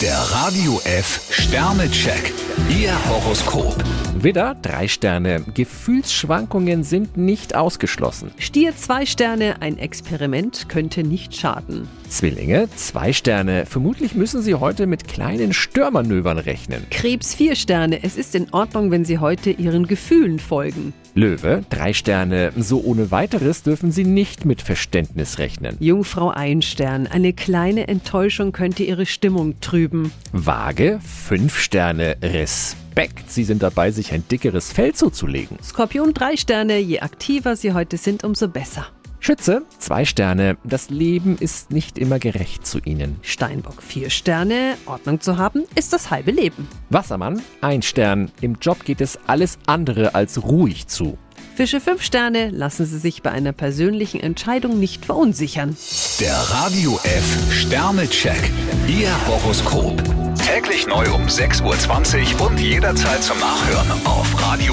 Der Radio F Sternecheck. Ihr Horoskop. Widder, drei Sterne. Gefühlsschwankungen sind nicht ausgeschlossen. Stier zwei Sterne, ein Experiment könnte nicht schaden. Zwillinge, zwei Sterne. Vermutlich müssen Sie heute mit kleinen Störmanövern rechnen. Krebs vier Sterne, es ist in Ordnung, wenn Sie heute Ihren Gefühlen folgen. Löwe, drei Sterne. So ohne weiteres dürfen Sie nicht mit Verständnis rechnen. Jungfrau ein Stern, eine kleine Enttäuschung könnte Ihre Stimmung trüben. Waage, fünf Sterne. Respekt. Sie sind dabei, sich ein dickeres Fell zuzulegen. Skorpion drei Sterne, je aktiver Sie heute sind, umso besser. Schütze, zwei Sterne. Das Leben ist nicht immer gerecht zu Ihnen. Steinbock vier Sterne, Ordnung zu haben ist das halbe Leben. Wassermann, ein Stern. Im Job geht es alles andere als ruhig zu. Fische fünf Sterne, lassen Sie sich bei einer persönlichen Entscheidung nicht verunsichern. Der Radio F Sternecheck. Ihr Horoskop. Täglich neu um 6.20 Uhr und jederzeit zum Nachhören auf Radio